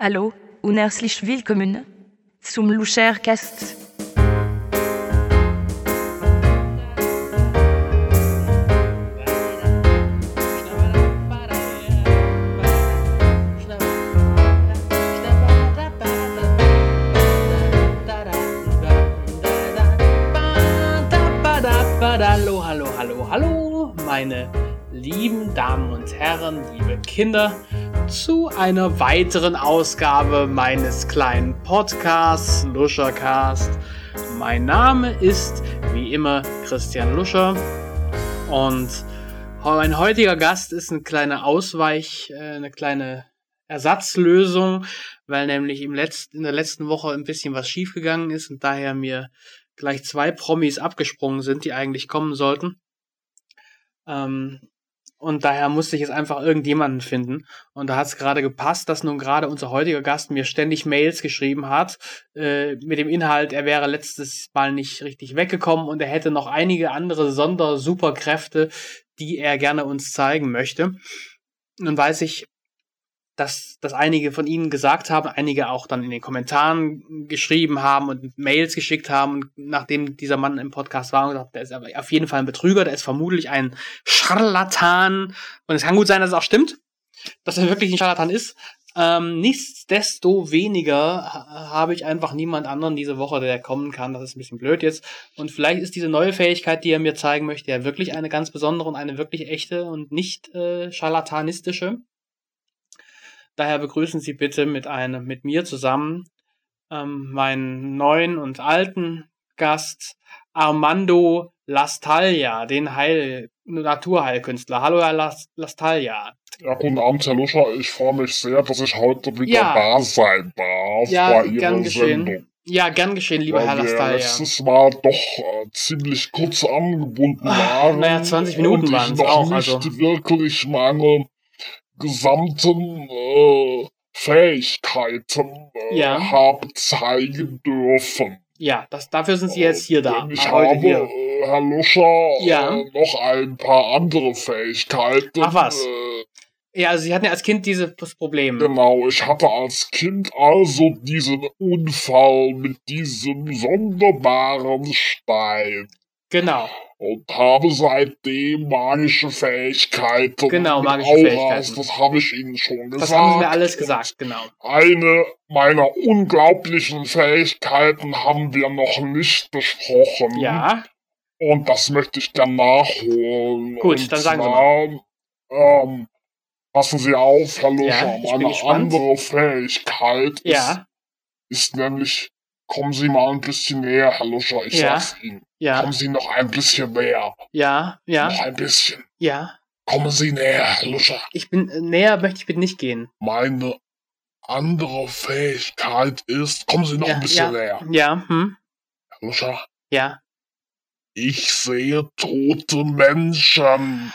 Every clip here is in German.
Hallo und herzlich willkommen zum Lucher Cast. Hallo, hallo, hallo, hallo, meine lieben Damen und Herren, liebe Kinder, zu einer weiteren Ausgabe meines kleinen Podcasts Luschercast. Mein Name ist wie immer Christian Luscher und mein heutiger Gast ist eine kleine Ausweich, äh, eine kleine Ersatzlösung, weil nämlich im letzten, in der letzten Woche ein bisschen was schiefgegangen ist und daher mir gleich zwei Promis abgesprungen sind, die eigentlich kommen sollten. Ähm, und daher musste ich jetzt einfach irgendjemanden finden. Und da hat es gerade gepasst, dass nun gerade unser heutiger Gast mir ständig Mails geschrieben hat, äh, mit dem Inhalt, er wäre letztes Mal nicht richtig weggekommen und er hätte noch einige andere Sonder-Superkräfte, die er gerne uns zeigen möchte. Nun weiß ich, dass, dass einige von ihnen gesagt haben, einige auch dann in den Kommentaren geschrieben haben und Mails geschickt haben, und nachdem dieser Mann im Podcast war und gesagt, der ist aber auf jeden Fall ein Betrüger, der ist vermutlich ein Scharlatan. Und es kann gut sein, dass es auch stimmt, dass er wirklich ein Scharlatan ist. Ähm, nichtsdestoweniger ha- habe ich einfach niemand anderen diese Woche, der kommen kann. Das ist ein bisschen blöd jetzt. Und vielleicht ist diese neue Fähigkeit, die er mir zeigen möchte, ja wirklich eine ganz besondere und eine wirklich echte und nicht äh, scharlatanistische. Daher begrüßen Sie bitte mit einem, mit mir zusammen ähm, meinen neuen und alten Gast Armando Lastaglia, den Heil Naturheilkünstler. Hallo Herr Las- Lastaglia. Ja, guten Abend, Herr Luscher. Ich freue mich sehr, dass ich heute wieder Ja. da sein darf Ja, bei Ihrer gern geschehen. Sendung. Ja, gern geschehen, lieber Herr Weil wir Lastaglia. letztes Mal doch äh, ziemlich kurz angebunden Ah, waren. naja, 20 Minuten und ich waren's noch auch, nicht also. wirklich meine gesamten äh, Fähigkeiten äh, Ja. habe zeigen dürfen. Ja, das, dafür sind Sie jetzt hier da. Denn ich heute habe, hier. äh, Herr Luscher, Ja. äh, noch ein paar andere Fähigkeiten. Ach was. Äh, Ja, also Sie hatten ja als Kind dieses Problem. Genau, ich hatte als Kind also diesen Unfall mit diesem sonderbaren Stein Genau. und habe seitdem magische Fähigkeiten. Genau, und magische Fähigkeiten. Das habe ich Ihnen schon gesagt. Das haben Sie mir alles gesagt, genau. Eine meiner unglaublichen Fähigkeiten haben wir noch nicht besprochen. Ja, Und das möchte ich dann nachholen. Gut, und dann sagen Sie mal. Ähm, passen Sie auf, Herr Ja, Luscher. ich bin eine gespannt. andere Fähigkeit ja, ist, ist nämlich, kommen Sie mal ein bisschen näher, Herr Luscher, ich Ja. sag's Ihnen. ja, Kommen Sie noch ein bisschen näher. ja, ja, Noch ein bisschen. ja. Kommen Sie näher, Herr Luscher. Ich bin äh, näher möchte ich bitte nicht gehen. Meine andere Fähigkeit ist, kommen Sie noch Ja, ein bisschen ja. näher. Ja, hm, Herr Luscher, ja. ich sehe tote Menschen.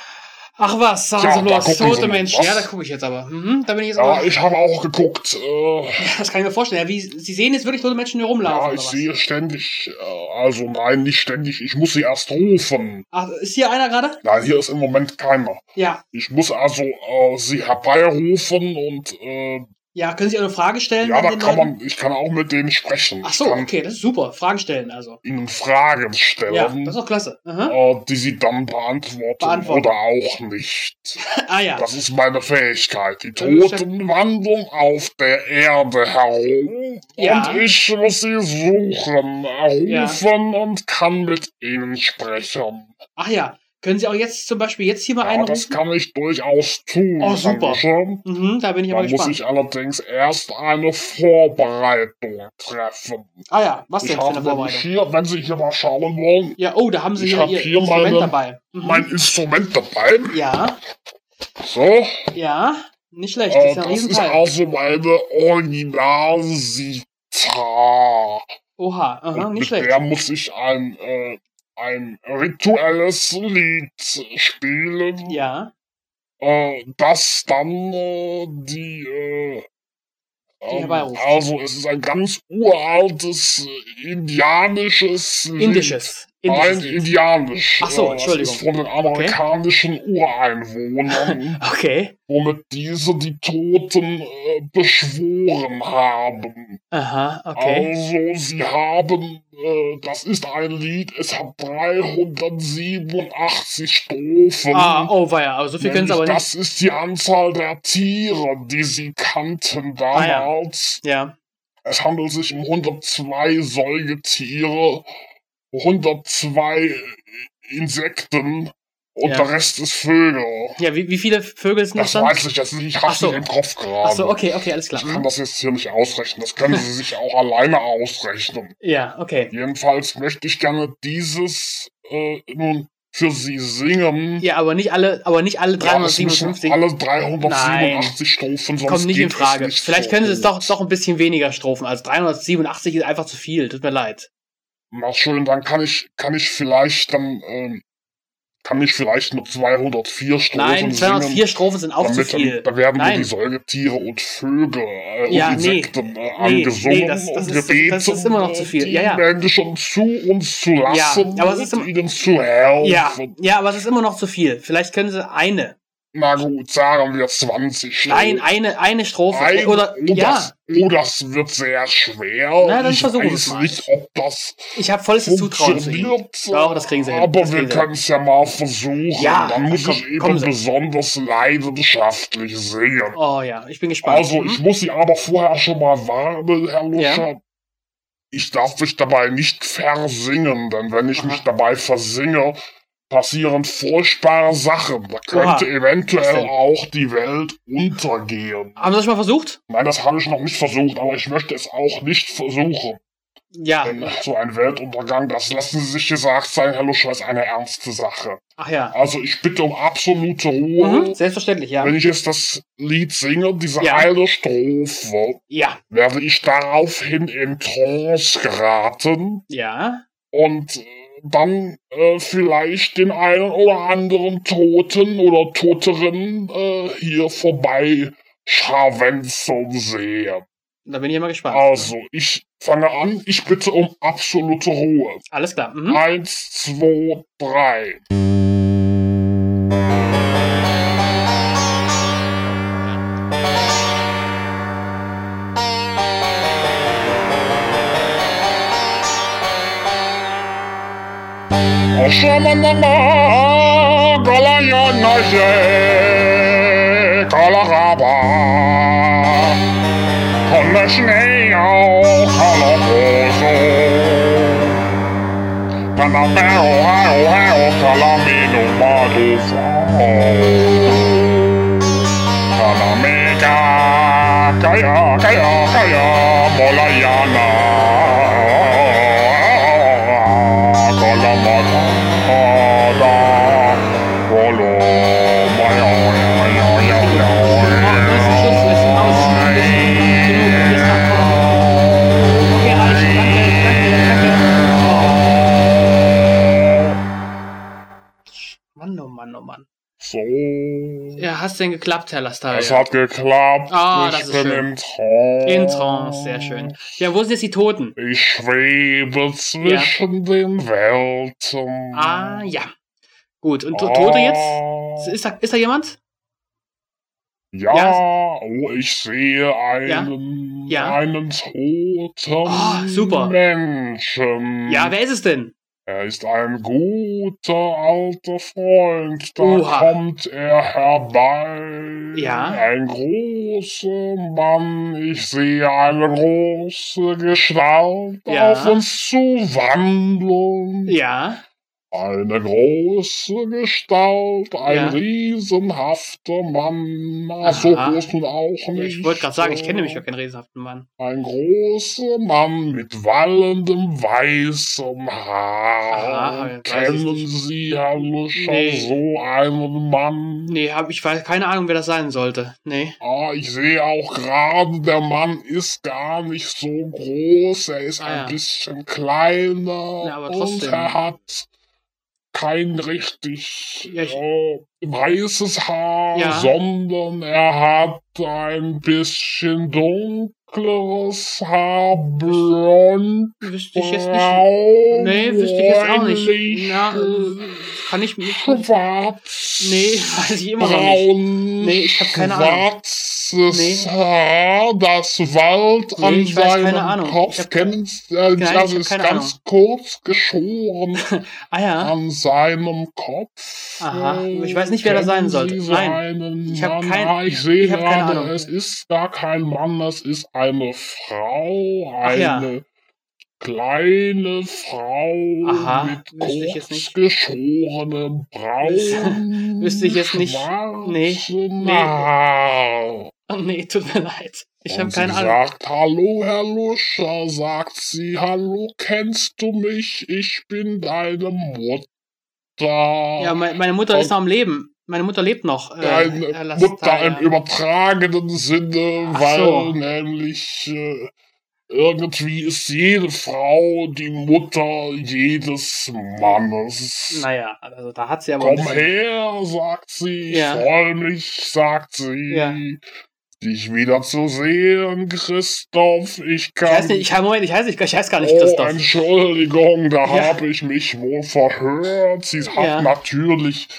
Ach was, sagen Ja, Sie da bloß, gucken tote Sie, Menschen. was? Ja, da gucke ich jetzt aber. Mhm, da bin ich jetzt Ja, aber. ich habe auch geguckt. Äh, das kann ich mir vorstellen. Ja, wie, Sie sehen jetzt wirklich tote Menschen hier rumlaufen. Ja, ich oder was? sehe ständig, äh, also nein, nicht ständig, ich muss sie erst rufen. Ach, ist hier einer gerade? Nein, hier ist im Moment keiner. Ja. Ich muss also äh, sie herbeirufen und äh, Ja, können Sie eine Frage stellen? ja, an da den kann Leuten? man, ich kann auch mit denen sprechen. Ach ich so, kann okay, das ist super. Fragen stellen also. ihnen Fragen Ja, das stellen, ist doch klasse. Aha. äh, die sie dann beantworten, Beantworten. oder auch nicht. Ah ja. Das ist meine Fähigkeit. Die Dann ist ja- Toten wandeln auf der Erde herum Ja. und ich muss sie suchen, Ja. rufen und kann mit ihnen sprechen. Ach ja. Können Sie auch jetzt zum Beispiel jetzt hier mal Ja, einen das rufen? kann ich durchaus tun. Oh, super. Dankeschön. Mhm, da bin ich Da aber muss gespannt. ich allerdings erst eine Vorbereitung treffen. ah ja, was ich denn für habe eine nämlich Vorbereitung? hier, wenn Sie hier mal schauen wollen, Ja, oh, da haben Sie Ich hier hab Ihr hier Instrument meine- dabei. Mhm. mein Instrument dabei. ja, So, ja, nicht schlecht. Das äh, ist ja ein das ist Riesenteil. also meine Originalsita. Oha, aha, Und nicht mit schlecht. der muss ich ein, äh, ein rituelles Lied spielen. Ja, äh, dass dann äh, die, äh, ähm, herbeiruft. also es ist ein ganz uraltes äh, indianisches Lied. indisches. Indisches Nein, Lied. indianisch. Ach so, Äh, das Entschuldigung. ist von den amerikanischen Ureinwohnern, Okay. womit diese die Toten äh, beschworen haben. Aha, okay. Also, sie haben, äh, das ist ein Lied, es hat 387 Strophen. Ah, oh weia, aber so viel können sie aber Nämlich, nicht. Das ist die Anzahl der Tiere, die sie kannten Ah, damals. Ja. Es handelt sich um 102 Säugetiere, 102 Insekten und Ja. der Rest ist Vögel. Ja, wie, wie viele Vögel sind das Das dann? weiß ich jetzt nicht, ich Ach hab's so. nicht im Kopf gerade. Achso, okay, okay, alles Ich kann klar. Mhm. das jetzt hier nicht ausrechnen, das können Sie sich auch alleine ausrechnen. Ja, okay. Jedenfalls möchte ich gerne dieses äh, nun für Sie singen. Ja, aber nicht alle, aber nicht alle Ja, es müssen 357 Alle 387 Strophen, sonst kommen nicht geht in Frage. Es nicht Vielleicht können sie es so. doch, doch ein bisschen weniger strophen. Also 387 ist einfach zu viel. Tut mir leid. Na schön, dann kann ich, kann ich vielleicht dann, ähm, kann ich vielleicht nur 204 Strophen Nein, singen. 204 Strophen sind auch zu damit, viel. ähm, Da werden nur Nein. die Säugetiere und Vögel äh, Ja, und nee. Insekten äh, Nee, angesungen nee, das- das und ist- gebeten, das ist immer noch zu viel. die Ja, ja. Menschen zu uns zu lassen aber es ist und immer- ihnen zu helfen. Ja, ja, aber es ist immer noch zu viel. Vielleicht können sie eine, Na gut, sagen wir 20. nein, eine, eine Strophe Nein, oder oh, ja. das, oh, das wird sehr schwer. Na, dann ich versuchen wir's weiß mal. nicht, ob das Ich habe volles Zutrauen zu ihnen. funktioniert. Doch, das kriegen sie hin. Aber Das wir kriegen sie können es ja mal versuchen. Ja, dann muss komm, ich eben kommen Sie. besonders leidenschaftlich singen. Oh ja, ich bin gespannt. Hm? Also, ich muss Sie aber vorher schon mal warnen, Herr Luscher. Ich darf mich dabei nicht versingen, denn wenn ich Aha. mich dabei versinge, passieren furchtbare Sachen. Da könnte Was eventuell denn? auch die Welt untergehen. Haben Sie das schon mal versucht? Nein, das habe ich noch nicht versucht, aber ich möchte es auch nicht versuchen. Ja. Denn so ein Weltuntergang, das lassen Sie sich gesagt sein, Herr Luscher, ist eine ernste Sache. Ach ja. Also ich bitte um absolute Ruhe. Mhm. Selbstverständlich, ja. Wenn ich jetzt das Lied singe, diese Ja. eine Strophe, Ja. werde ich daraufhin in Trance geraten Ja. und äh, dann äh, vielleicht den einen oder anderen Toten oder Toterin äh, hier vorbei scharwenzeln sehen. Da bin ich immer gespannt. Also, ich fange an. Ich bitte um absolute Ruhe. Alles klar. Mhm. Eins, zwei, drei. Oshamanama, Galayanaje, Kalaraba. Kommer snö och kallar påså Panamero, hao, hao, kalamino, madufao Panameka, kaya, kaya, kaya, molayana Kalamata, da, kolo, mayo, mayo, mayo, Okay, reicht. Danke, danke, danke. Oh. Mann, oh Mann, oh Mann. So. Ja, hast denn geklappt, Herr Lastar? Es hat geklappt. Ah, ich das ist bin schön. im Traum. In Trance, sehr schön. Ja, wo sind jetzt die Toten? Ich schwebe zwischen den Welten. Ah. Ah, ja. Gut, und to- Tote jetzt? Ist da, ist da jemand? Ja, Ja. oh, ich sehe einen, Ja. einen toten Oh, super. Menschen. Ja, wer ist es denn? Er ist ein guter alter Freund. Da Oha. kommt er herbei. Ja. Ein großer Mann. Ich sehe eine große Gestalt Ja. auf uns zu wandeln. Ja. Eine große Gestalt, ein Ja. riesenhafter Mann. Na, so Aha. groß nun auch nicht. Ich wollte gerade sagen, ich kenne nämlich äh, gar keinen riesenhaften Mann. Ein großer Mann mit wallendem weißem Aha, Haar. weiß ich Kennen nicht. Sie, Herr Luscher, Nee. so einen Mann? Nee, hab, ich weiß keine Ahnung, wer das sein sollte. Nee. Ah, ich sehe auch gerade, der Mann ist gar nicht so groß. Er ist ein Ah, ja. bisschen kleiner. Ja, aber und trotzdem. er hat kein richtig Ja, ich- äh, weißes Haar, Ja. sondern er hat ein bisschen dunkel. dunkleres Haar, blond, Wüsste ich jetzt Äh. nicht. braun, Nee, wüsste ich jetzt auch bräunlich, nicht. Na, äh, kann ich mir. schwarz, Nee, weiß ich immer noch nicht. braun, Nee, ich hab keine Ahnung. schwarzes Nee. Haar, das Wald Nee, an ich weiß keine seinem Ahnung. Kopf, Ich hab- kennst, äh, Nein, ich das hab ist keine ganz kurz geschoren Ah ja. an seinem Kopf. Aha, ich weiß nicht, wer das sein sollte. Nein, Nein, ich ich hab habe kein- kein, Ah, Ich sehe ich hab keine gerade, Ahnung. es ist gar kein Mann, es ist eine Frau, Ach ja. eine kleine Frau Aha, mit wüsste ich jetzt nicht. kurz geschorenem Braun. wüsste ich jetzt nicht. Nee, schwarzen nee. Haar. Oh, nee, tut mir leid. Ich habe Und keine sie Ahnung. sagt, hallo Herr Luscher, sagt sie, hallo, kennst du mich? Ich bin deine Mutter. Ja, me meine Mutter Und- ist noch am Leben. Meine Mutter lebt noch. äh, Deine Herr Lastar, Mutter im ja. übertragenen Sinne, Ach weil so. nämlich äh, irgendwie ist jede Frau die Mutter jedes Mannes. Naja, also da hat sie aber. ein Komm bisschen- her, sagt sie, ich Ja. freue mich, sagt sie. Ja. Dich wieder zu sehen, Christoph. Ich Ich kann. heiße nicht, ich, Moment, ich heiße ich, ich heiß gar nicht oh, Christoph. Entschuldigung, da Ja. habe ich mich wohl verhört. Sie hat Ja. natürlich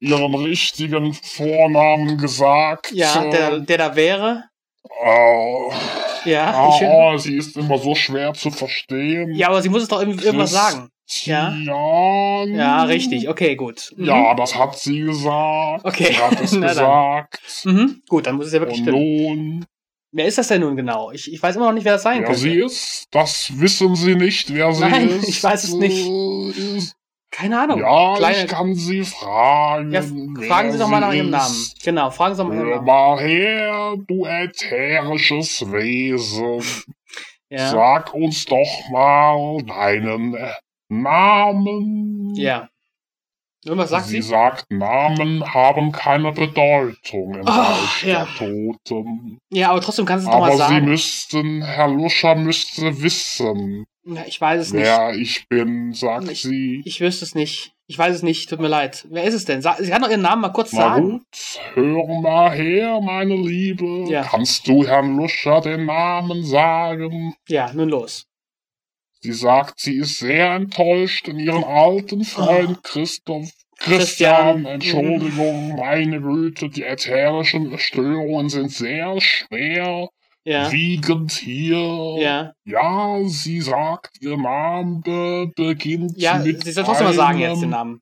ihren richtigen Vornamen gesagt. Ja, Äh, der, der da wäre. äh, Ja, ich, ah, sie ist immer so schwer zu verstehen. ja, aber sie muss es doch irgendwie, irgendwas Christ- sagen. ja. Jan. Ja, richtig. Okay, gut. Mhm. Ja, das hat sie gesagt. Okay. Sie hat es Na dann. gesagt. Mhm. Gut, dann muss es ja wirklich Und stimmen. nun, Wer ist das denn nun genau? Ich, ich weiß immer noch nicht, wer das sein wer könnte. sie ist, das wissen sie nicht, wer sie Nein, ist. ich weiß es nicht. äh, Ist, Keine Ahnung. ja, Oh, Kleine- ich kann sie fragen. Ja, wer fragen Sie doch mal nach Ihrem Namen. Hm, ist. Genau, fragen Sie doch mal nach Hör Ihrem Namen. mal her, du ätherisches Wesen. Ja. Sag uns doch mal deinen äh, Namen. ja. Irgendwas sagt sie sie? sagt, Namen haben keine Bedeutung im Oh, Reich ja. der Toten. Ja, aber trotzdem kannst du es doch Aber mal sie sagen. müssten, Herr Luscher müsste wissen, Ja, ich weiß es nicht. wer ich bin, sagt Ich- sie. Ich wüsste es nicht. Ich weiß es nicht. Tut mir leid. Wer ist es denn? Sa- Sie kann doch Ihren Namen mal kurz Na sagen. gut, hör mal her, meine Liebe. Ja. Kannst du Herrn Luscher den Namen sagen? Ja, nun los. Sie sagt, sie ist sehr enttäuscht in ihren alten Freund Christoph. Ah. Christian. Mhm. Christian, Entschuldigung, meine Güte, die ätherischen Störungen sind sehr schwer, Ja. wiegend hier. Ja. Ja, sie sagt, ihr Name beginnt Ja, mit Sie soll trotzdem mal sagen jetzt den einem Namen.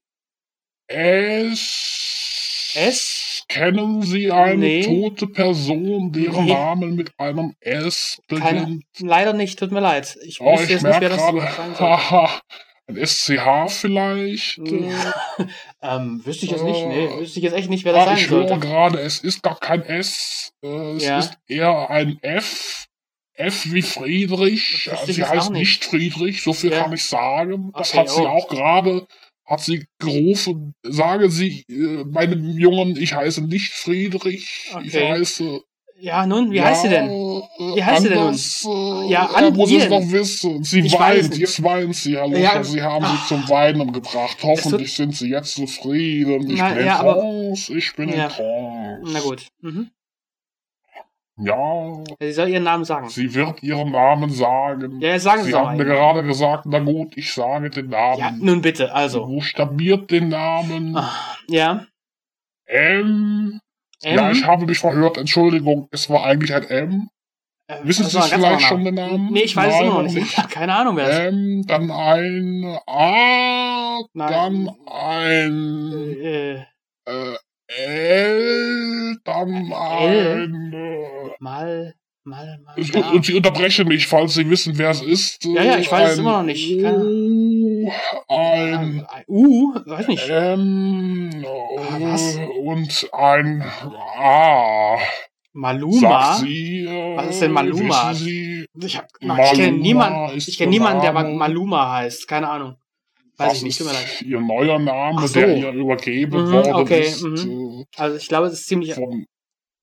S. S? Kennen Sie eine Nee. tote Person, deren Nee. Name mit einem S Keine- beginnt? Leider nicht, tut mir leid. Ich Oh, wüsste ich jetzt nicht, merke wer das gerade. sein soll. Haha. Ein SCH vielleicht? Ja, ähm, wüsste ich jetzt nicht, nee, Äh, wüsste ich jetzt echt nicht, wer das Ah, sein ich höre sollte. gerade, es ist gar kein S. äh, Es Ja. ist eher ein F. F wie Friedrich. Das wüsste ich Sie jetzt auch heißt nicht. nicht Friedrich, so viel Ja. kann ich sagen. Das Okay, hat sie oh. auch gerade, hat sie gerufen. Sage sie äh, meinem Jungen, ich heiße nicht Friedrich. Ich Okay. heiße. Ja, nun, wie heißt sie denn? Wie Wie heißt sie denn nun? denn? Ja, Ja, an- er muss es Ian. noch wissen. Sie Ich weiß weint, es. jetzt weint sie, Herr Luther. Ja. Ah. Sie haben sie zum Weinen gebracht. tut- Hoffentlich sind sie jetzt zufrieden. Ich Na, bin ja, ja, aber- raus, ich bin Ja. ja. raus. Na gut. Mhm. Ja, Sie soll ihren Namen sagen. sie wird ihren Namen sagen. Ja, jetzt sagen Sie sie doch haben mir mal. gerade gesagt, na gut, ich sage den Namen. Ja, nun bitte, Sie also. buchstabiert den Namen. Ah, Ja, ähm, M. M. Ja, ich habe mich verhört. Entschuldigung, es war eigentlich ein M. Äh, Wissen das Sie war es ein ganz vielleicht anderer schon den Namen? Nee, ich weiß es Nein, immer noch noch nicht. nicht. Ich habe keine Ahnung, wer das ist. Ähm, dann ein A, Nein. dann ein Äh, äh, L, L? dann ein. Äh, mal, mal, mal. ich- Ja. Und Sie unterbrechen mich, falls Sie wissen, wer es ist. Äh, Ja, ja, ich weiß es Ein immer noch nicht. Keine U, ein Äh, Ein U, weiß nicht. Äh, M äh, Ah, was? und ein A. Maluma. Sagt sie, äh, Was ist denn Maluma? Wissen Sie, Ich, hab- ich kenne Maluma niemanden, ist ich kenn der niemanden, der Ma- Name. Maluma heißt. Keine Ahnung. Weiß was ich nicht, tut mir leid. ist Ihr neuer Name, Ach so. der ihr übergeben Mhm, worden okay, ist. mhm. Äh, Also ich glaube, es ist ziemlich. von,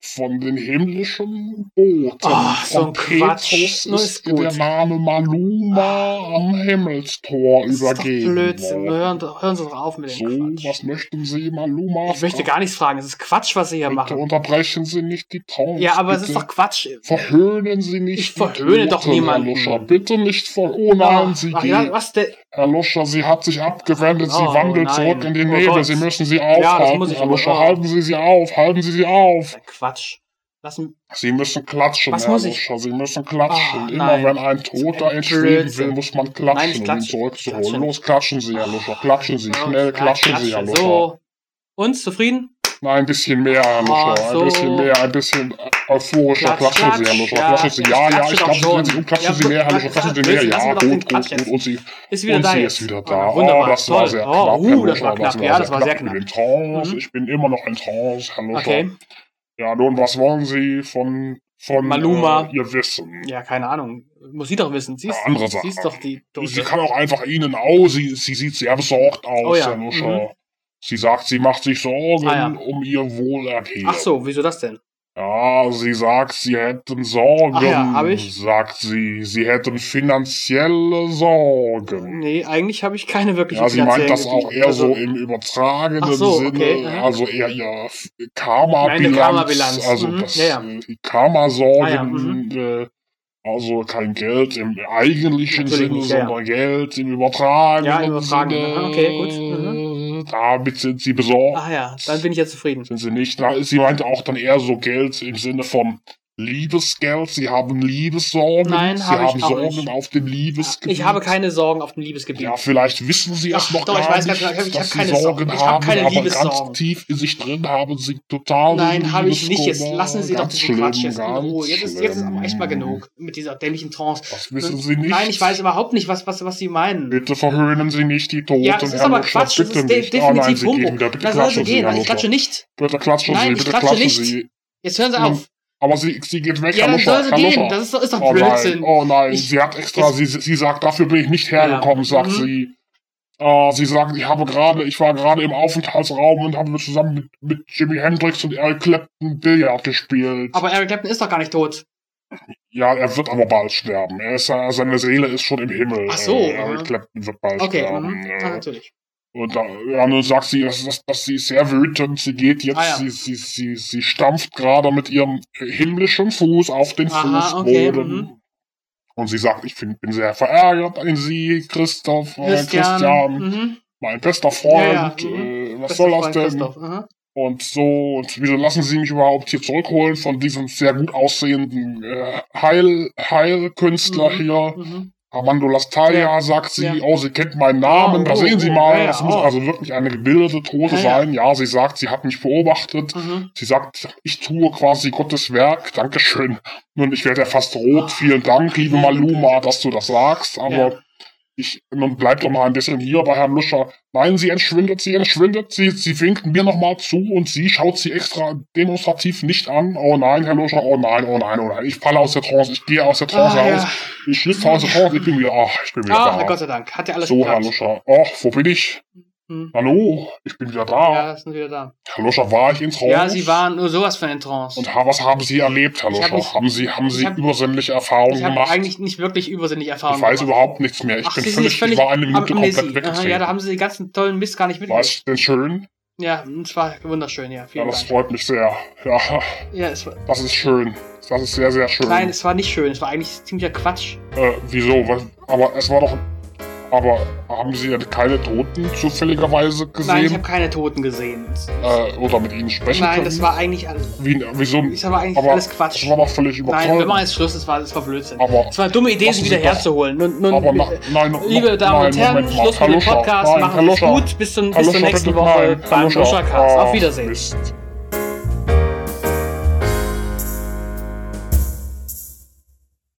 von den himmlischen Boten. Ah, so ein Von Quatsch. Petrus Nur ist ist gut. Ah. der Name Maluma am Himmelstor Das ist doch übergeben. Blödsinn. worden. Hören, hören Sie doch auf mit So, dem Quatsch. was möchten Sie, Maluma? Ich möchte gar nichts fragen. Es ist Quatsch, was Sie hier Bitte machen. unterbrechen Sie nicht die Pause. Ja, aber es bitte. ist doch Quatsch. Verhöhnen Sie nicht. Ich die verhöhne doch Toten, niemanden. Herr Luscher. Bitte nicht ver... Oh nein, Ah, Sie ach, geht. ja, was denn? Herr Luscher, sie hat sich abgewendet, sie Oh, wandelt nein. zurück in die Oh Nähe. Gott. Sie müssen sie Ja, das aufhalten, muss ich Herr aber Luscher. auch. Halten Sie sie auf, halten Sie sie auf. Äh, Quatsch. Lassen. Sie müssen klatschen, Was Herr muss ich? Luscher, sie müssen klatschen. Ah, Immer nein. wenn ein Toter ein entschweben will, Blödsinn. muss man Nein, ich klatschen, Ah, um ihn klatsche. zurückzuholen. Klatsche. Los, klatschen Sie, Herr Luscher, klatschen Sie, schnell klatschen Sie, Herr Luscher. So. Und zufrieden? Nein, ein bisschen mehr, Ah, Herr Luscher, so. ein bisschen mehr, ein bisschen euphorischer. Klatsch, Klatschen Sie, Herr klatsch. Luscher, Ja, klatschen Sie. jetzt Ja, ja, klatsche ich doch glaube, Sie schon. werden sich um, klatschen Ja, Sie mehr, Herr klar, Luscher, klatschen Sie klar, mehr. lassen wir Ja, doch den gut, Quatsch gut, jetzt. gut. Und Sie Ist wieder und da sie jetzt. ist wieder da. Ah, oh, wunderbar, das toll. war sehr oh, knapp. uh, Herr das Luscher, war knapp. Ja, das war sehr knapp. Ich bin in Trance. Mhm. Ich bin immer noch in Trance, Herr Luscher. Okay. Ja, nun, was wollen Sie von, von Maluma. Äh, ihr Wissen? Ja, keine Ahnung. Muss sie doch wissen. Sie ist, Ja, andere sie ist Sache. doch die Sie Dose. kann auch einfach Ihnen aus. Sie, sie sieht sehr besorgt aus, Oh ja, Herr Luscher. mhm. Sie sagt, sie macht sich Sorgen Ah ja. um ihr Wohlergehen. Ach so, wieso das denn? Ja, sie sagt, sie hätten Sorgen. Ach ja, hab ich. Sagt sie, sie hätten finanzielle Sorgen. Nee, eigentlich habe ich keine wirklichen Ja, sie meint finanziellen das auch Geschichten. eher Also, so im übertragenen Ach so, Sinne, okay, mhm. also eher ihr F- Karma-Bilanz. Meine Karma-Bilanz, Also mhm, das ja, ja. äh, die Karma-Sorgen, Ah, ja, mhm. äh, also kein Geld im eigentlichen Natürlich Sinne, nicht, ja, ja. sondern Geld im übertragenen Ja, im übertragenen, Sinne. aha, okay, gut, Mhm. Ah. Damit sind sie besorgt. Ach ja, dann bin ich ja zufrieden. Sind sie nicht. Na, Sie meinte auch dann eher so Geld im Sinne von Liebesgeld. Sie haben Liebessorgen. Nein, sie hab ich haben auch Sorgen nicht. Ah, auf dem Liebesgebiet. Ich habe keine Sorgen auf dem Liebesgebiet. Ja, vielleicht wissen sie es Ach, noch doch, gar ich weiß nicht, gar nicht, ich hab dass keine sie Sorgen. Sorgen Ich hab haben, keine aber Liebessorgen. ganz tief in sich drin haben sie total Nein, habe ich nicht. Jetzt Liebeskummer. lassen Sie doch Ganz diesen Quatsch schlimm, jetzt in Ruhe. ganz Jetzt ist, jetzt ist schlimm. aber echt mal genug mit dieser dämlichen Trance. Das wissen sie nicht. Hm? Nein, ich weiß überhaupt nicht, was, was, was Sie meinen. Bitte verhöhnen Sie nicht die Toten. Ja, das ist aber Herr Wirtschaft, Quatsch. Das bitte ist de nicht. Ah, nein, definitiv sie gehen Humbug. wieder. Bitte Na, sollen Sie klatschen Sie, gehen. Herr Nein, ich Luther. klatsche nicht. Bitte klatschen Nein, Sie, ich bitte klatsche klatschen nicht. Sie. Jetzt hören Sie Nun, auf. Aber sie, sie geht weg, Ja, Herr dann Luther, soll sie Herr gehen. Luther. Das ist doch, ist doch Oh nein, Blödsinn. oh nein, Ich- sie hat extra, es- sie, sie sagt, dafür bin ich nicht hergekommen, Ja, sagt mhm. sie. Ah, sie sagt, ich habe gerade, ich war gerade im Aufenthaltsraum und habe zusammen mit, mit Jimi Hendrix und Eric Clapton Billard gespielt. Aber Eric Clapton ist doch gar nicht tot. ja, er wird aber bald sterben. Er ist, äh, seine Seele ist schon im Himmel. Ach so, Äh, aha. Eric Clapton wird bald Okay, sterben. mhm. äh. ah, natürlich. Und da, ja, nun sagt sie, dass, dass, dass sie ist sehr wütend, sie geht jetzt, Ah, ja. sie, sie, sie, sie stampft gerade mit ihrem himmlischen Fuß auf den Aha, okay, Fußboden. mhm. Und sie sagt, ich find, bin sehr verärgert an Sie, Christoph, äh, Christian. Christian, Mhm. mein bester Freund, Ja, ja, mhm. äh, was Bester soll das Freund denn? Christoph, aha. Und so, und wieso lassen Sie mich überhaupt hier zurückholen von diesem sehr gut aussehenden äh, Heil, Heilkünstler Mhm. hier? Mhm. Armando Lastalia sagt sie, ja. oh, sie kennt meinen Namen, Oh, da oh, sehen Sie oh, mal, ja, ja, das muss oh. also wirklich eine gebildete Tote Ja, ja. sein. Ja. sie sagt, sie hat mich beobachtet. Mhm. Sie sagt, ich tue quasi Gottes Werk, Dankeschön. Nun, ich werde ja fast rot, vielen Dank, liebe Maluma, dass du das sagst, aber Ja. ich, nun bleib doch mal ein bisschen hier bei Herrn Luscher. Nein, sie entschwindet, sie entschwindet, sie, sie winkt mir nochmal zu und sie schaut sie extra demonstrativ nicht an. Oh nein, Herr Luscher, oh nein, oh nein, oh nein, ich falle aus der Trance, ich gehe aus der Trance Ah, raus. ja. Ich schlüpfe aus der Chance, ich bin wieder, ach, ich bin wieder Ah, na da. Gott sei Dank. Hat ja alles So, Herr geklappt. Luscher, ach, wo bin ich? Hm. Hallo, ich bin wieder da. Ja, sind wieder da. Herr Luscher, war ich ins Haus? Ja, sie waren nur sowas von in Trance. Und ha- was haben Sie erlebt, Herr Ich hab Luscher? nicht- haben Sie, haben Sie hab- übersinnliche Erfahrungen ich habe gemacht? eigentlich nicht wirklich übersinnlich Erfahrung ich weiß gemacht. überhaupt nichts mehr. Ich Ach, bin sie sind völlig, jetzt völlig ich war eine Minute komplett Amnesie. Aha, weggetreten. ja, da haben sie den ganzen tollen Mist gar nicht war mitgekriegt. es denn schön? Ja, hm, es war wunderschön, ja. Ja, Vielen das Dank. freut mich sehr. Ja, Ja, es war, das ist schön. Das ist sehr, sehr schön. nein, es war nicht schön. Es war eigentlich ziemlicher Quatsch. Äh, wieso? Was, aber es war doch... Aber haben Sie denn keine Toten zufälligerweise Nein, ich habe gesehen? keine Toten gesehen. äh, oder mit Ihnen sprechen Nein, können? das war eigentlich alles. Wie, wieso? Ich sag mal eigentlich Aber alles Quatsch. Das war doch völlig Nein, wir überzeugt. machen jetzt Schluss. Es war, es war Blödsinn. aber, Es war eine dumme Idee, Lassen sie wieder Sie doch. herzuholen. Nun, nun, äh, aber na, nein, no- liebe Damen nein, und Herren, Moment mal. Schluss mit dem Hallo, Schau. Podcast. Nein, Machen hallo, Sie es Schau. gut. Bis, zum, bis Hallo, zur Schau, nächsten bitte, Woche nein, beim hallo, Schau. Luschercast. Ah, Auf Wiedersehen. Mist.